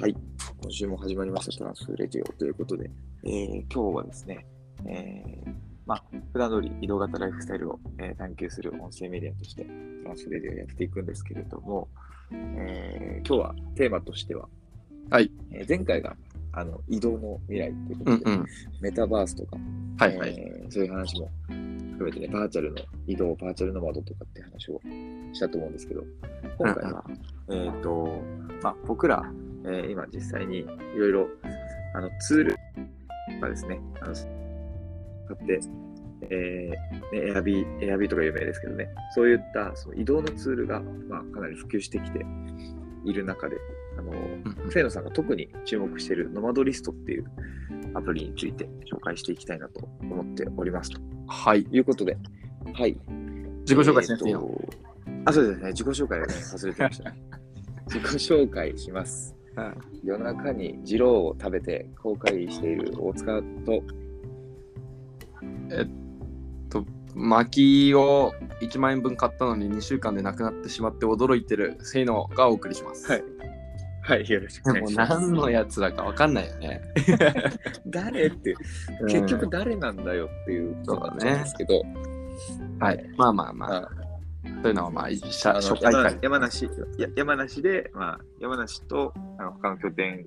はい。今週も始まりました、トランスレディオということで、えー今日はですね、えーまあ、普段通り移動型ライフスタイルを、えー探求する音声メディアとして、トランスレディオをやっていくんですけれども、えー今日はテーマとしては、はい。えー前回が、あの、移動の未来というこうんとで、うん。メタバースとか、はいはい。えーそういう話も含めてね、バーチャルの移動、バーチャルの窓とかって話をしたと思うんですけど、今回は、えっ、と、まあ、僕ら、えー今実際にいろいろあのツールがですね、あの使って、えーね、エアビー、エアビーとか有名ですけどね、そういったその移動のツールが、まあ、かなり普及してきている中で、あのうん清野さんが特に注目しているノマドリストっていうアプリについて紹介していきたいなと思っておりますとはい。いうことで、はい。自己紹介しなくていいえのーとあ、そうですね。自己紹介をね忘れてましたね。自己紹介します。うん夜中に二郎を食べて後悔している大塚と、薪を1万円分買ったのに2週間でなくなってしまって驚いてる性能がお送りします。はい。はい、よろしくおで願いもします。何のやつだかわかんないよね。誰って、結局誰なんだよっていうことなんですけど、はい。まあまあまああ。というのはまあ、一社あ初の回山会。山梨や山梨で、まあ、山梨とあの他の拠点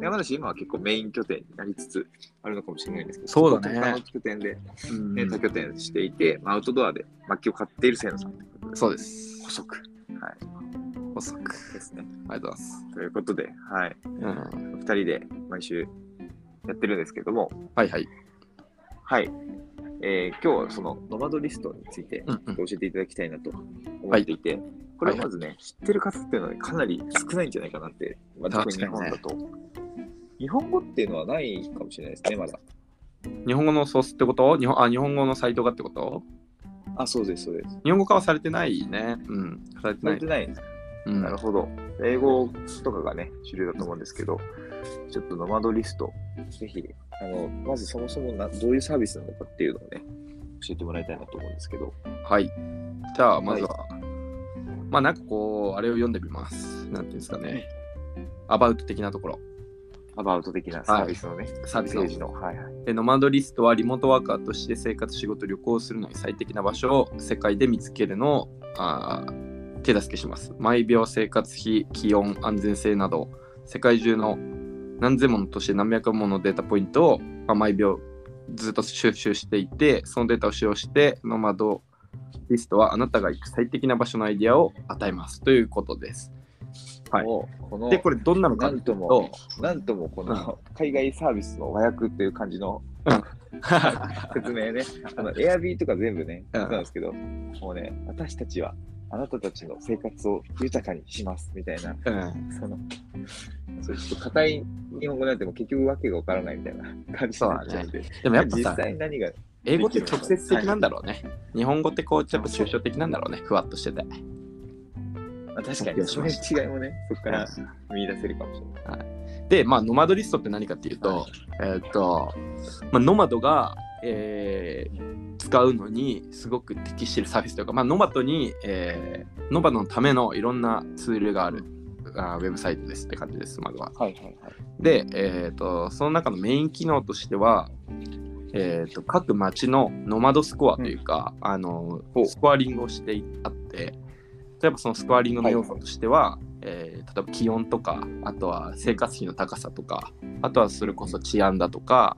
山梨今は結構メイン拠点になりつつあるのかもしれないんですけどそうだねそこと他の拠点で、うんね多拠点していて、まあ、アウトドアで薪を買っているせいのさんということでそうです。補足補足。あですねりがとうございます。ということで、はい、う2ん。人で毎週やってるんですけども、はいはい。はいえー今日はそのノマドリストについてうんうん教えていただきたいなと思っていて、これはまずね、知ってる方っていうのはかなり少ないんじゃないかなって、まあ、特に日確か本にねだと。日本語っていうのはないかもしれないですね、まだ。日本語のソースってこと日本あ日本語のサイトがってことあ、そうです、そうです。日本語化はされてないね。うん。されてさなれいて。ないです。うんなるほど。英語とかがね、主流だと思うんですけど、ちょっとノマドリスト、ぜひ、あのまずそもそもなどういうサービスなのかっていうのをね、教えてもらいたいなと思うんですけど。はい。じゃあ、まずは、まあ、なんかこう、あれを読んでみます。なんていうんですかね。アバウト的なところ。アバウト的なサービスのね、サービスペのージの。はいはい。で、ノマドリストはリモートワーカーとして生活、仕事、旅行をするのに最適な場所を世界で見つけるのをあー手助けします。毎秒生活費、気温、安全性など、世界中の何千ものとして何百ものデータポイントを、まあ、毎秒ずっと収集していて、そのデータを使用して、ノマドリストはあなたが行く最適な場所のアイディアを与えますということです。はいもうこので、これどんなのなかとんとも、なんともこの海外サービスの和訳っていう感じ の説明ね、あの Airb とか全部ね、うんそうなんですけど、もうね、私たちはあなたたちの生活を豊かにしますみたい な、うん、その、そうちょっと硬い日本語なんてもう結局わけがわからないみたいな 感じになっちゃって、でもやっぱ実さ、際何が、英語って直接的なんだろうね。日本語ってこう、ちょっと抽象的なんだろうね。ふわっとしてて。あ確かにその違いもね、そこから見出せるかもしれない。で、まあ、ノマドリストって何かっていうと、えーっと、まあ、ノマドが、えー使うのにすごく適してるサービスというか、まあ、ノマドに、えーノマドのためのいろんなツールがある。あーウェブサイトですって感じです、まずは。はいはいはい。で、えー、とその中のメイン機能としては、えー、と各町のノマドスコアというか、あのほうスコアリングをしてあって例えばそのスコアリングの要素としては、えー例えば気温とかあとは生活費の高さとかあとはそれこそ治安だとか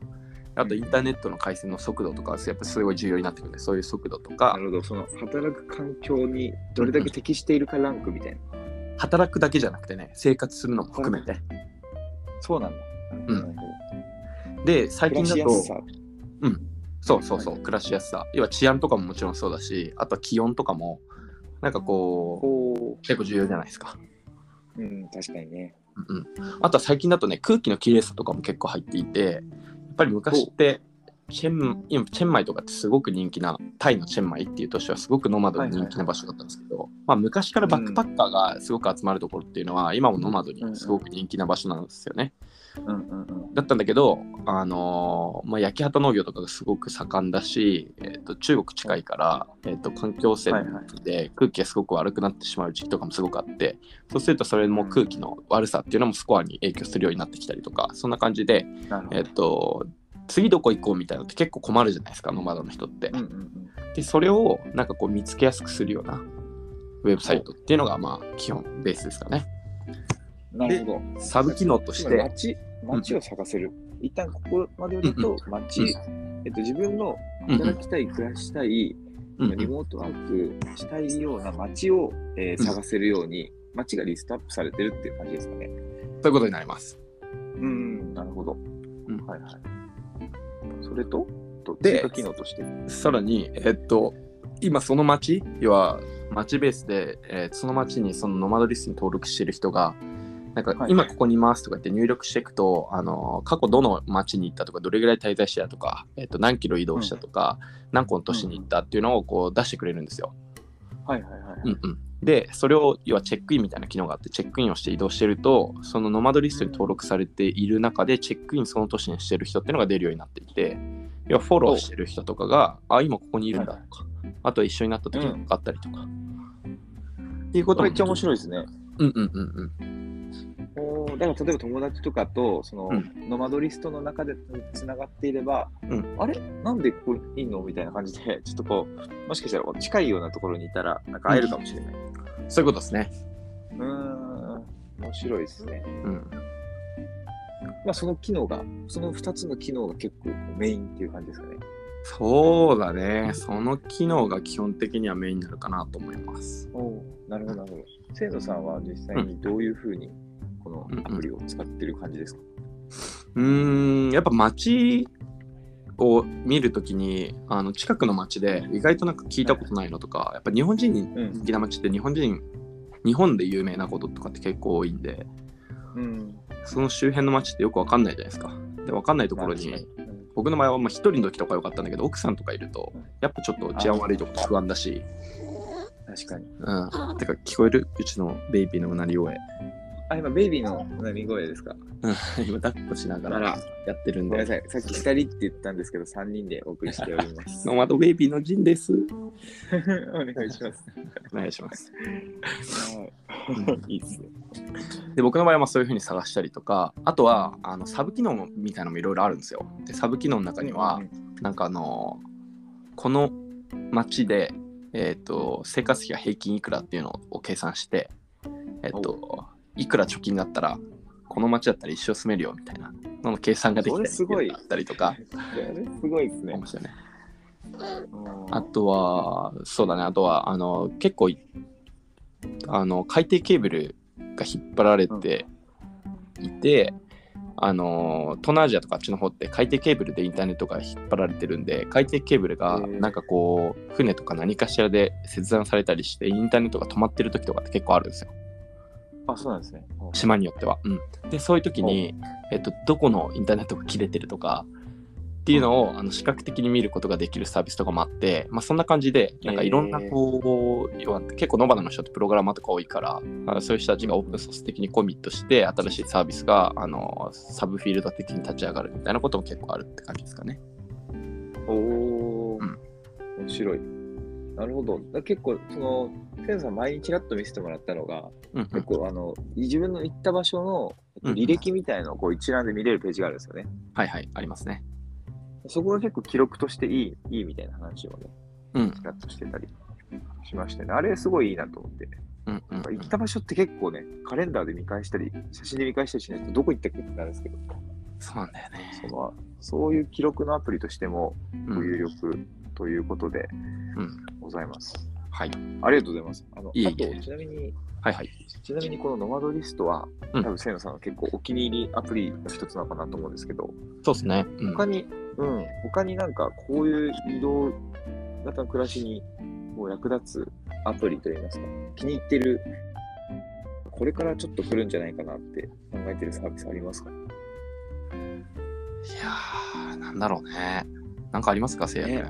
あとインターネットの回線の速度とかやっぱすごい重要になってくるんでそういう速度とかなるほど、その働く環境にどれだけ適しているかランクみたいな。働くだけじゃなくてね生活するのも含めてそうなんだ。うんなるほどで最近だ暮らしやとすさそうそうそう、はい暮らしやすさ。要は治安とかももちろんそうだし、あとは気温とかも、なんかここう、結構重要じゃないですか。う、うん、確かにね。うんうん、あとは最近だとね、空気の綺麗さとかも結構入っていて、やっぱり昔って、チェン今チェンマイとかってすごく人気なタイのチェンマイっていう都市はすごくノマドに人気な場所だったんですけど、まあ、昔からバックパッカーがすごく集まるところっていうのは、今もノマドにすごく人気な場所なんですよね。うんうんうん。だったんだけど、あのーまあ、焼き畑農業とかがすごく盛んだし、えー、と中国近いから、えー、と環境汚染で空気がすごく悪くなってしまう時期とかもすごくあってそうするとそれも空気の悪さっていうのもスコアに影響するようになってきたりとかそんな感じで、なるほえど。ー、と次どこ行こうみたいなのって結構困るじゃないですかノマドの人ってう。んうんでそれをなんかこう見つけやすくするようなウェブサイトっていうのがまあ基本ベースですかね。うん。なるほど。サブ機能としつまりて街、街を探せる。一旦ここまでだと、街、うんえっと、自分のうん働きたい、暮らしたい、うんうんリモートワークしたいような街を、えーうん探せるように、街がリストアップされてるっていう感じですかね。ということになります。うん、なるほど。んはいはい。それと、と追で加機能として。さらに、えっと、今その町要は町ベースで、えーその町にそのノマドリストに登録してる人がなんかはい今ここにいますとか言って入力していくと、あの過去どの町に行ったとかどれぐらい滞在してたとか、えっと何キロ移動したとか、何個の都市に行ったっていうのをこう出してくれるんですよ。はいはいはい。うんうん、でそれを要はチェックインみたいな機能があってチェックインをして移動してるとそのノマドリストに登録されている中でチェックインその年にしてる人っていうのが出るようになっていて要はフォローしてる人とかがあ今ここにいるんだとか、あと一緒になった時に分かったりとか、っていうこことれめっちゃ面い。白いですね。うんうんうんおーだから例えば友達とかとその、うんノマドリストの中でつながっていれば、うんあれなんでここにいんのみたいな感じで ちょっとこうもしかしたらこう近いようなところにいたらなんか会えるかもしれない。ううん。そういうことですね。ーん面白いですね。うん。まあその機能がその2つの機能が結構メインっていう感じですかね。そうだね。その機能が基本的にはメインになるかなと思います。おなるほどなるほど。生徒さんは実際にどういうふうにこのアプリを使ってる感じですか、うーんやっぱ街を見るときにあの近くの街で意外となんか聞いたことないのとかやっぱ日本人にうん人気な街って日本人日本で有名なこととかって結構多いんでうん、その周辺の街ってよくわかんないじゃないですか。でわかんないところまあに確かにうん僕の場合はまあ一人の時とか良かったんだけど奥さんとかいるとやっぱちょっと治安悪いとか不安だし、確かに。うん、てか聞こえるうちのベイビーのうな り声あ、今、ベイビーの鳴り声ですか今抱っこしながあららやってるんごめんなでさい。さっき2人って言ったんですけど、3人でお送りしております。ノマドベイビーのジンです お願いします。お願いしますはい。いいですね。で僕の場合はまあそういうふうに探したりとかあとはあのサブ機能みたいなのもいろいろあるんですよ。でサブ機能の中には、なんかあのこの町で、えー、と生活費が平均いくらっていうのを計算して、えー、といくら貯金があったらこの町だったら一生住めるよみたいなのの計算ができたりそれすごいあったりとか。いやあれすごいですね面。白いねうんあとはそうだねあとはあの結構あの海底ケーブルが引っ張られていて、あの東南アジアとかあっちの方って海底ケーブルでインターネットが引っ張られてるんで海底ケーブルがへーなんかこう船とか何かしらで切断されたりしてインターネットが止まってる時とかって結構あるんですよあ、そうなんですね。うん島によっては。うん、でそういう時に、えっと、どこのインターネットが切れてるとかっていうのをあの視覚的に見ることができるサービスとかもあって、まあ、そんな感じでなんかいろんなへーこう、要は結構ノバナの人ってプログラマーとか多いからあそういう人たちがオープンソース的にコミットして新しいサービスがあのサブフィールド的に立ち上がるみたいなことも結構あるって感じですかね。おーうん面白い。なるほど。だから結構、その、センさん前にちらっと見せてもらったのが、うんうん結構、あの、自分の行った場所のうん履歴みたいのをこう一覧で見れるページがあるんですよね。はいはいありますね。そこが結構記録としていい、いいみたいな話をね、うんちらっとしてたりしましたね。あれすごいいいなと思って。うんうんうん行った場所って結構ね、カレンダーで見返したり、写真で見返したりしないとどこ行ったっけってなるんですけど、そうなんだよね。そのそういう記録のアプリとしてもうん有力ということでうんございます。はいありがとうございます。あのいえいえあとちなみに、はいはい。ちなみにこのノマドリストは、う多ん分せいのさんは結構お気に入りアプリの一つなのかなと思うんですけど、そうですね。うん他に、うん、他になんかこういう移動型の暮らしにもう役立つアプリといいますか、気に入ってる、これからちょっと来るんじゃないかなって考えてるサービスありますかいやーなんだろうね。なんかありますか、制約、ね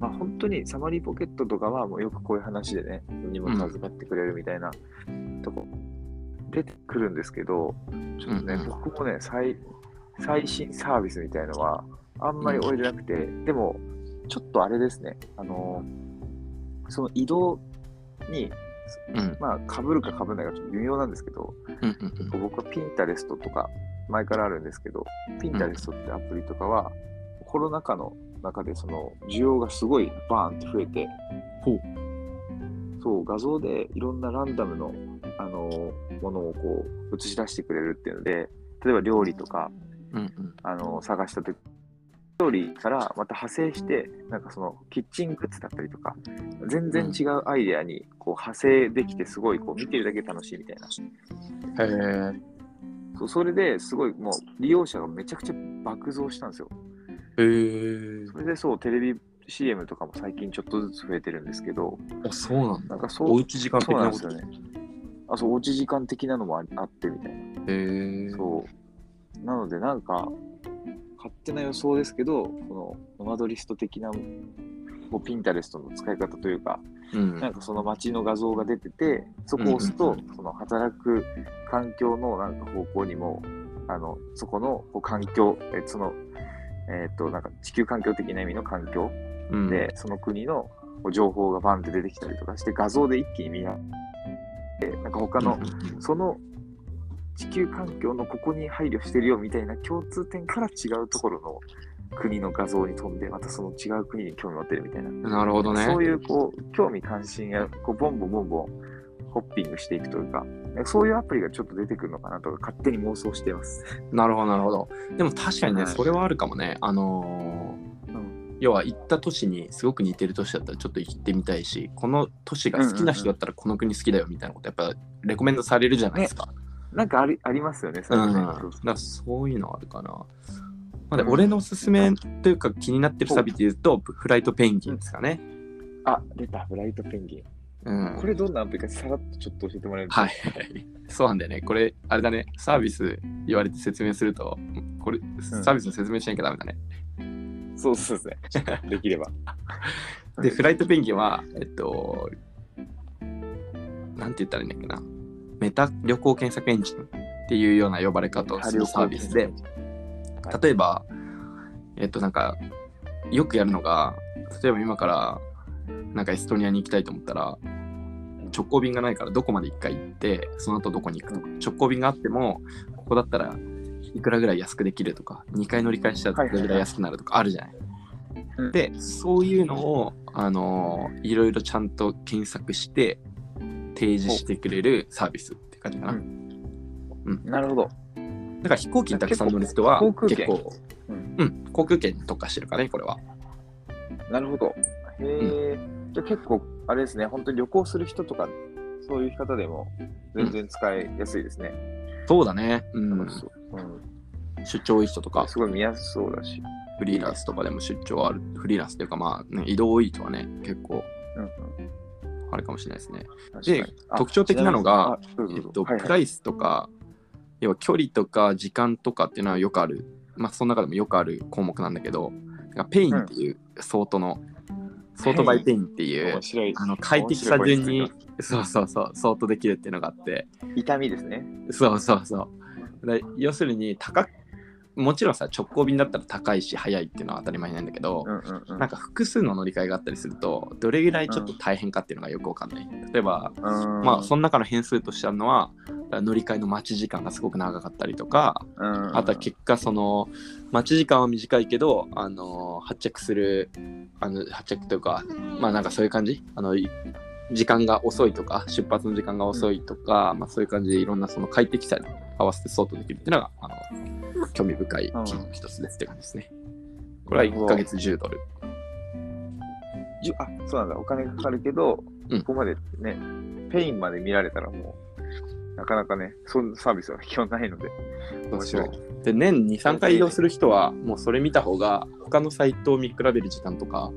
まあ、本当にサマリーポケットとかはもうよくこういう話でね、荷物預かってくれるみたいなとこ出てくるんですけど、ちょっとね、うんうん僕もね最、最新サービスみたいのはあんまり追えてなくて、でも、ちょっとあれですね、あのその移動に、うんまあ、かぶるかかぶらないかちょっと微妙なんですけど、うんうん僕はピンタレストとか、前からあるんですけど、ピンタレストってアプリとかは、コロナ禍の中でその需要がすごいバーンって増えて、ほうそう、画像でいろんなランダムの、あのものをこう映し出してくれるっていうので、例えば料理とか、うんうんあの探した時料理からまた派生してなんかそのキッチングッズだったりとか全然違うアイデアにこう派生できてすごいこう見てるだけで楽しいみたいなへーそうそれですごいもう利用者がめちゃくちゃ爆増したんですよへえそれでそうテレビ CM とかも最近ちょっとずつ増えてるんですけどあそうなんだなんかそうおうち時間的そうなんなでこすとよねあそうおうち時間的なのもああってみたいなへえそう。なので、なんか、勝手な予想ですけど、このノマドリスト的な、こうピンタレストの使い方というか、うんなんかその街の画像が出てて、そこを押すと、うんその働く環境のなんか方向にも、あの、そこのこう環境、えその、えっ、と、なんか地球環境的な意味の環境うんで、その国のこう情報がバンって出てきたりとかして、画像で一気に見な、でなんか他のうんうんうんその地球環境のここに配慮してるよみたいな共通点から違うところの国の画像に飛んでまたその違う国に興味を持ってるみたいな、なるほどねそういうこう興味関心がこうボンボンボンボンホッピングしていくというかそういうアプリがちょっと出てくるのかなとか勝手に妄想しています。 なるほどなるほどでも確かにね、はいそれはあるかもねあのーう要は行った都市にすごく似てる都市だったらちょっと行ってみたいしこの都市が好きな人だったらこの国好きだよみたいなことやっぱレコメンドされるじゃないですか、なんかありありますよね、そうん、れねだそうからそういうのあるかな。まあでうん俺のおすすめというか気になってるサビで言うと、フライトペンギンですかね。あ、出た、ブライトペンギン。うん、これどんなアプリかさらっとちょっと教えてもらえるはい。そうなんだよね。これ、あれだね、サービス言われて説明すると、これ、サービスの説明しなきゃダメだね。そうそうですね。ちょっとできれば。で、フライトペンギンは、えっと、なんて言ったらいいんだっけな、メタ旅行検索エンジンっていうような呼ばれ方をするサービスで、はい例えば、えっと、なんか、よくやるのが、例えば今から、なんかエストニアに行きたいと思ったら、直行便がないからどこまで一回行って、その後どこに行くとか、直行便があっても、ここだったらいくらぐらい安くできるとか、2回乗り換えしたらいくらぐらい安くなるとかあるじゃない。うんで、そういうのを、あのーいろいろちゃんと検索して、提示してくれるサービスって感じかな。うんなるほど。だから飛行機にたくさん乗る人は結構航空結券構、ううんん、航空券に特化してるかね、これは。なるほど。へえ、じゃあ結構、あれですね、本当に旅行する人とか、そういう方でも全然使いやすいですね。そうだね。うん楽。しそううん出張多い人とか、すごい見やすそうだし。フリーランスとかでも出張ある、フリーランスというか、まあ、ね、移動多いとはね、結構うんうん、あるかもしれないですね。確かにあ特徴的なのがちなみえに、あどうぞっどうと、ぞはいはいプライスとか、要は距離とか時間とかっていうのはよくある、まあ、その中でもよくある項目なんだけど、なんかペインっていう、ソートの、ソートバイペインっていう面、白いあの快適さ面白い順に、そうそうそう、ソートできるっていうのがあって、痛みですね。そうそうそう。で要するに高くもちろんさ直行便だったら高いし早いっていうのは当たり前なんだけど、うんうんうん。なんか複数の乗り換えがあったりするとどれぐらいちょっと大変かっていうのがよくわかんない。例えば、うんまあその中の変数としてあるのはだから乗り換えの待ち時間がすごく長かったりとか、うんあとは結果その待ち時間は短いけどあの発着するあの発着というかまあなんかそういう感じあのい時間が遅いとか出発の時間が遅いとか、まあ、そういう感じでいろんなその快適さに合わせてソートできるっていうのがあの興味深い機能一つですって感じですね。これは1ヶ月10ドル。じゅあそうなんだ、お金かかるけど、うんここまでね、ペインまで見られたらもう、なかなかね、そんなサービスは基本ないので、面白い。で年23回移動する人はもうそれ見た方が他のサイトを見比べる時間とか、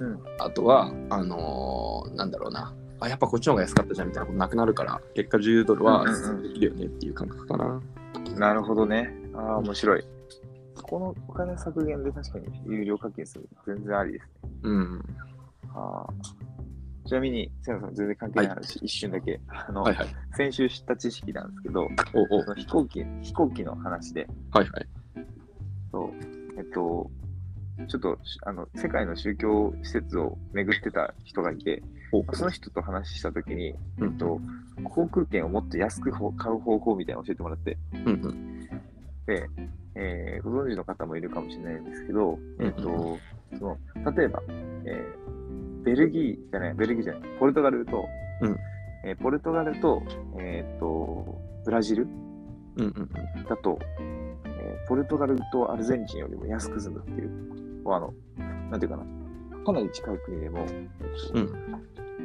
うんあとはあのーなんだろうなあやっぱこっちの方が安かったじゃんみたいなことなくなるから結果10ドルはうんうんうんできるよねっていう感覚かな、なるほどね。ああ、面白い。このお金削減で確かに有料課金するの全然ありですね。うん。はあ、ちなみに、せやさん全然関係ない話、一瞬だけ。あの、はいはい。先週知った知識なんですけど、おお。その飛行機、飛行機の話で、はいはい。そう、えっと、ちょっとあの世界の宗教施設を巡ってた人がいて、おうその人と話したときに、うえんっと、航空券をもっと安くほ買う方法みたいなのを教えてもらって、うんうん。で、えーご存知の方もいるかもしれないんですけど、うんえっと、その例えば、えーベルギーじゃない、ベルギーじゃない、ポルトガルと、うんえーポルトガルと、えーっと、ブラジルうんうんだと、えーポルトガルとアルゼンチンよりも安く済むっていう、あの、なんていうかな、かなり近い国でも、えうん。うっんと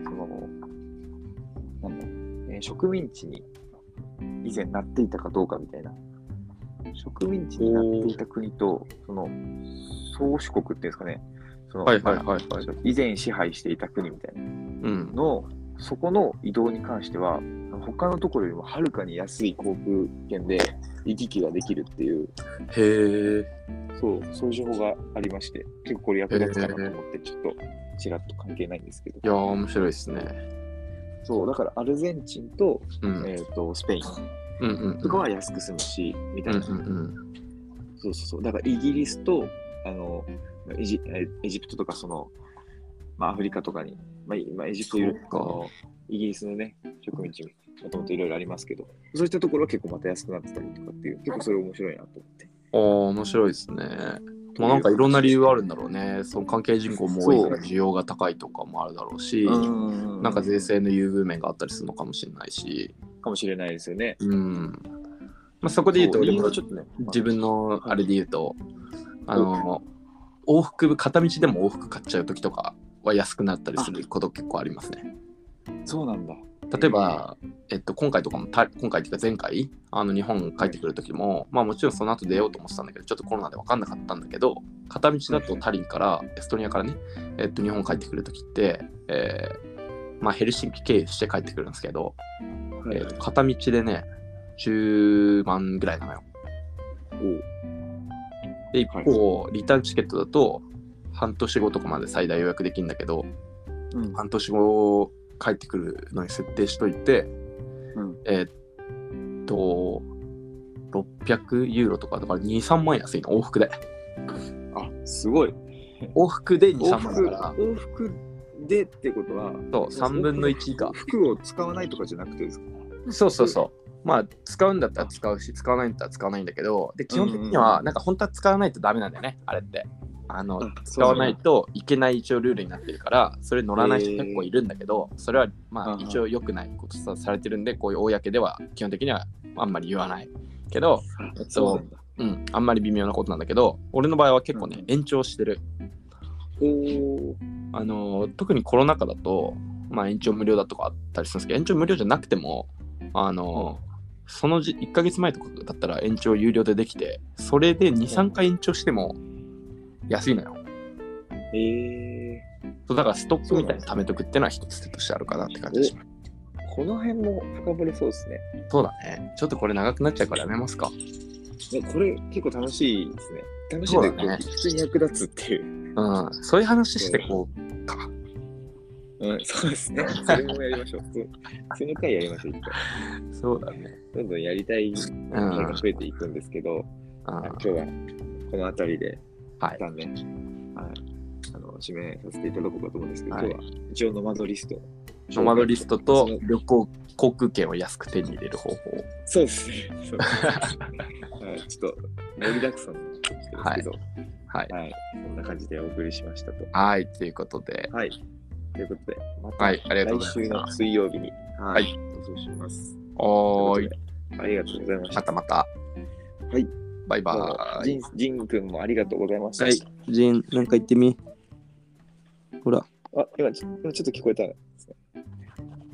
その、なんだろう、えー植民地に以前なっていたかどうかみたいな、植民地になっていた国と、その、宗主国っていうんですかね、その、はいはいはいはい。以前支配していた国みたいなうん。の、そこの移動に関しては、他のところよりもはるかに安い航空券で行き来ができるっていうへえ。そう、そういう情報がありまして、結構これ役立つかなと思って、ちょっとちらっと関係ないんですけど、いやー、面白いですね。そう、だからアルゼンチンと,、うん。えー、とスペインうんうん。とかは安く済むし、みたういんな、うんうん。そうそうそう、だからイギリスとあのエジえーエジプトとか、その、まあ、アフリカとかに、まあいまあ、エジプトいるそイギリスのね、植民地も、もともといろいろありますけど、そういったところは結構また安くなってたりとかっていう、結構それ面白いなと思って。ああ、面白いですね。まあなんかいろんな理由があるんだろうね。その関係人口も多いからそう需要が高いとかもあるだろうし、うんなんか税制の優遇面があったりするのかもしれないし、かもしれないですよね。うん。まあそこで言うと、そ俺いろいもろちょっとね、自分のあれで言うと、あの、往復、片道でも往復買っちゃう時とかは安くなったりすること結構ありますね。そうなんだ。例えば、えっと、今回とかもた今回っていうか前回あの日本帰ってくる時も、まあもちろんその後出ようと思ってたんだけどちょっとコロナで分かんなかったんだけど片道だとタリンからエストニアからね、えっと、日本帰ってくる時って、えーまあ、ヘルシンキ経由して帰ってくるんですけど、はえっと片道でね10万ぐらいなのよで一方、リターンチケットだと半年後とかまで最大予約できるんだけどうん半年後帰ってくるのに設定しといて、うんえーっと600ユーロとかだから23万円安いの往復であすごい。往復で往23復万だから往復でってことは、そう3分の1以下服を使わないとかじゃなくてですかそうそうそうまあ使うんだったら使うし使わないんだったら使わないんだけどで基本的にはなんか本当は使わないとダメなんだよねあれってあの使わないといけない一応ルールになってるからそれ乗らない人結構いるんだけど、それはまうあんうん一応良くないことさされてるんでこういう公では基本的にはあんまり言わないけど、えっとそうなんだ。うん、あんまり微妙なことなんだけど俺の場合は結構ね、うん延長してるおーあのー特にコロナ禍だと、まあ、延長無料だとかあったりするんですけど延長無料じゃなくてもあのーそのじ1ヶ月前とかだったら延長有料でできてそれで23回延長しても安いのよえそうだからストックみたいに貯めとくっていうのは一つ手としてあるかなって感じですね。ー、この辺も深掘れそうですね。そうだね。ちょっとこれ長くなっちゃうからやめますか。ねこれ結構楽しいですね。楽しいというか、そうだね普通に役立つっていう。うん。そういう話してこうか。うん、そうです ね。それもやりましょう。そうその回やりましょう。一回そうだね。どんどんやりたいうん。回うんが増えていくんですけど、今日はこの辺りで、はい一旦ね、はい、あの締めさせていただこうかと思うんですけど、はい今日は一応ノマドリスト。ノマドリストとその旅行、航空券を安く手に入れる方法。そうですね。そうはい、ちょっと盛りだくさんのですけど、はい。はい、そんな感じでお送りしましたと。はい。ということで。はい、ということで、またはい。ありがとう来ござ週いのます。水曜日に、い放送します。おーと。いいうことでありがとうございましまた。たまた。はい。バイどうもバージイ。ンジン君もありがとうございました。はい。ジン、なんか言ってみ。ほら、あ今ちょ今ちょっと聞こえた。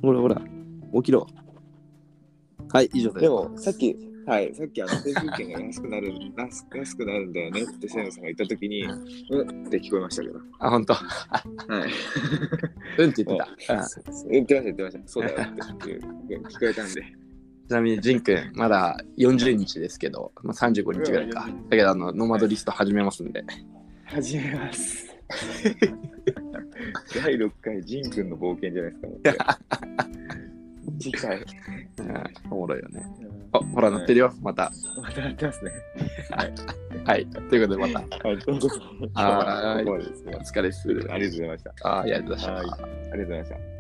ほらほら。起きろ。はい。以上です。でも、さっき、はい、さっきあの、航空券が安くなる、安安くなるんだよねって、せいのさんが言ったときに、うんって聞こえましたけど。あ、本当。はい。うんって言ってた。うん言ってました、言ってました。そうだよっていう聞こえたんで。ちなみに、ジン君、まだ40日ですけど、まあ、35日ぐらいか。だけど、あの、ノマドリスト始めますんで。 始めます。 第6回、ジン君の冒険じゃないですかもう。次回。うんおもろいよね。うんあほら、乗ってるよ、また。またやってますね。はい。ということで、また。はい、どうぞ。今日はここまでですおね疲れっす。ありがとうございました。あーありがとうございました。はいありがとうございました。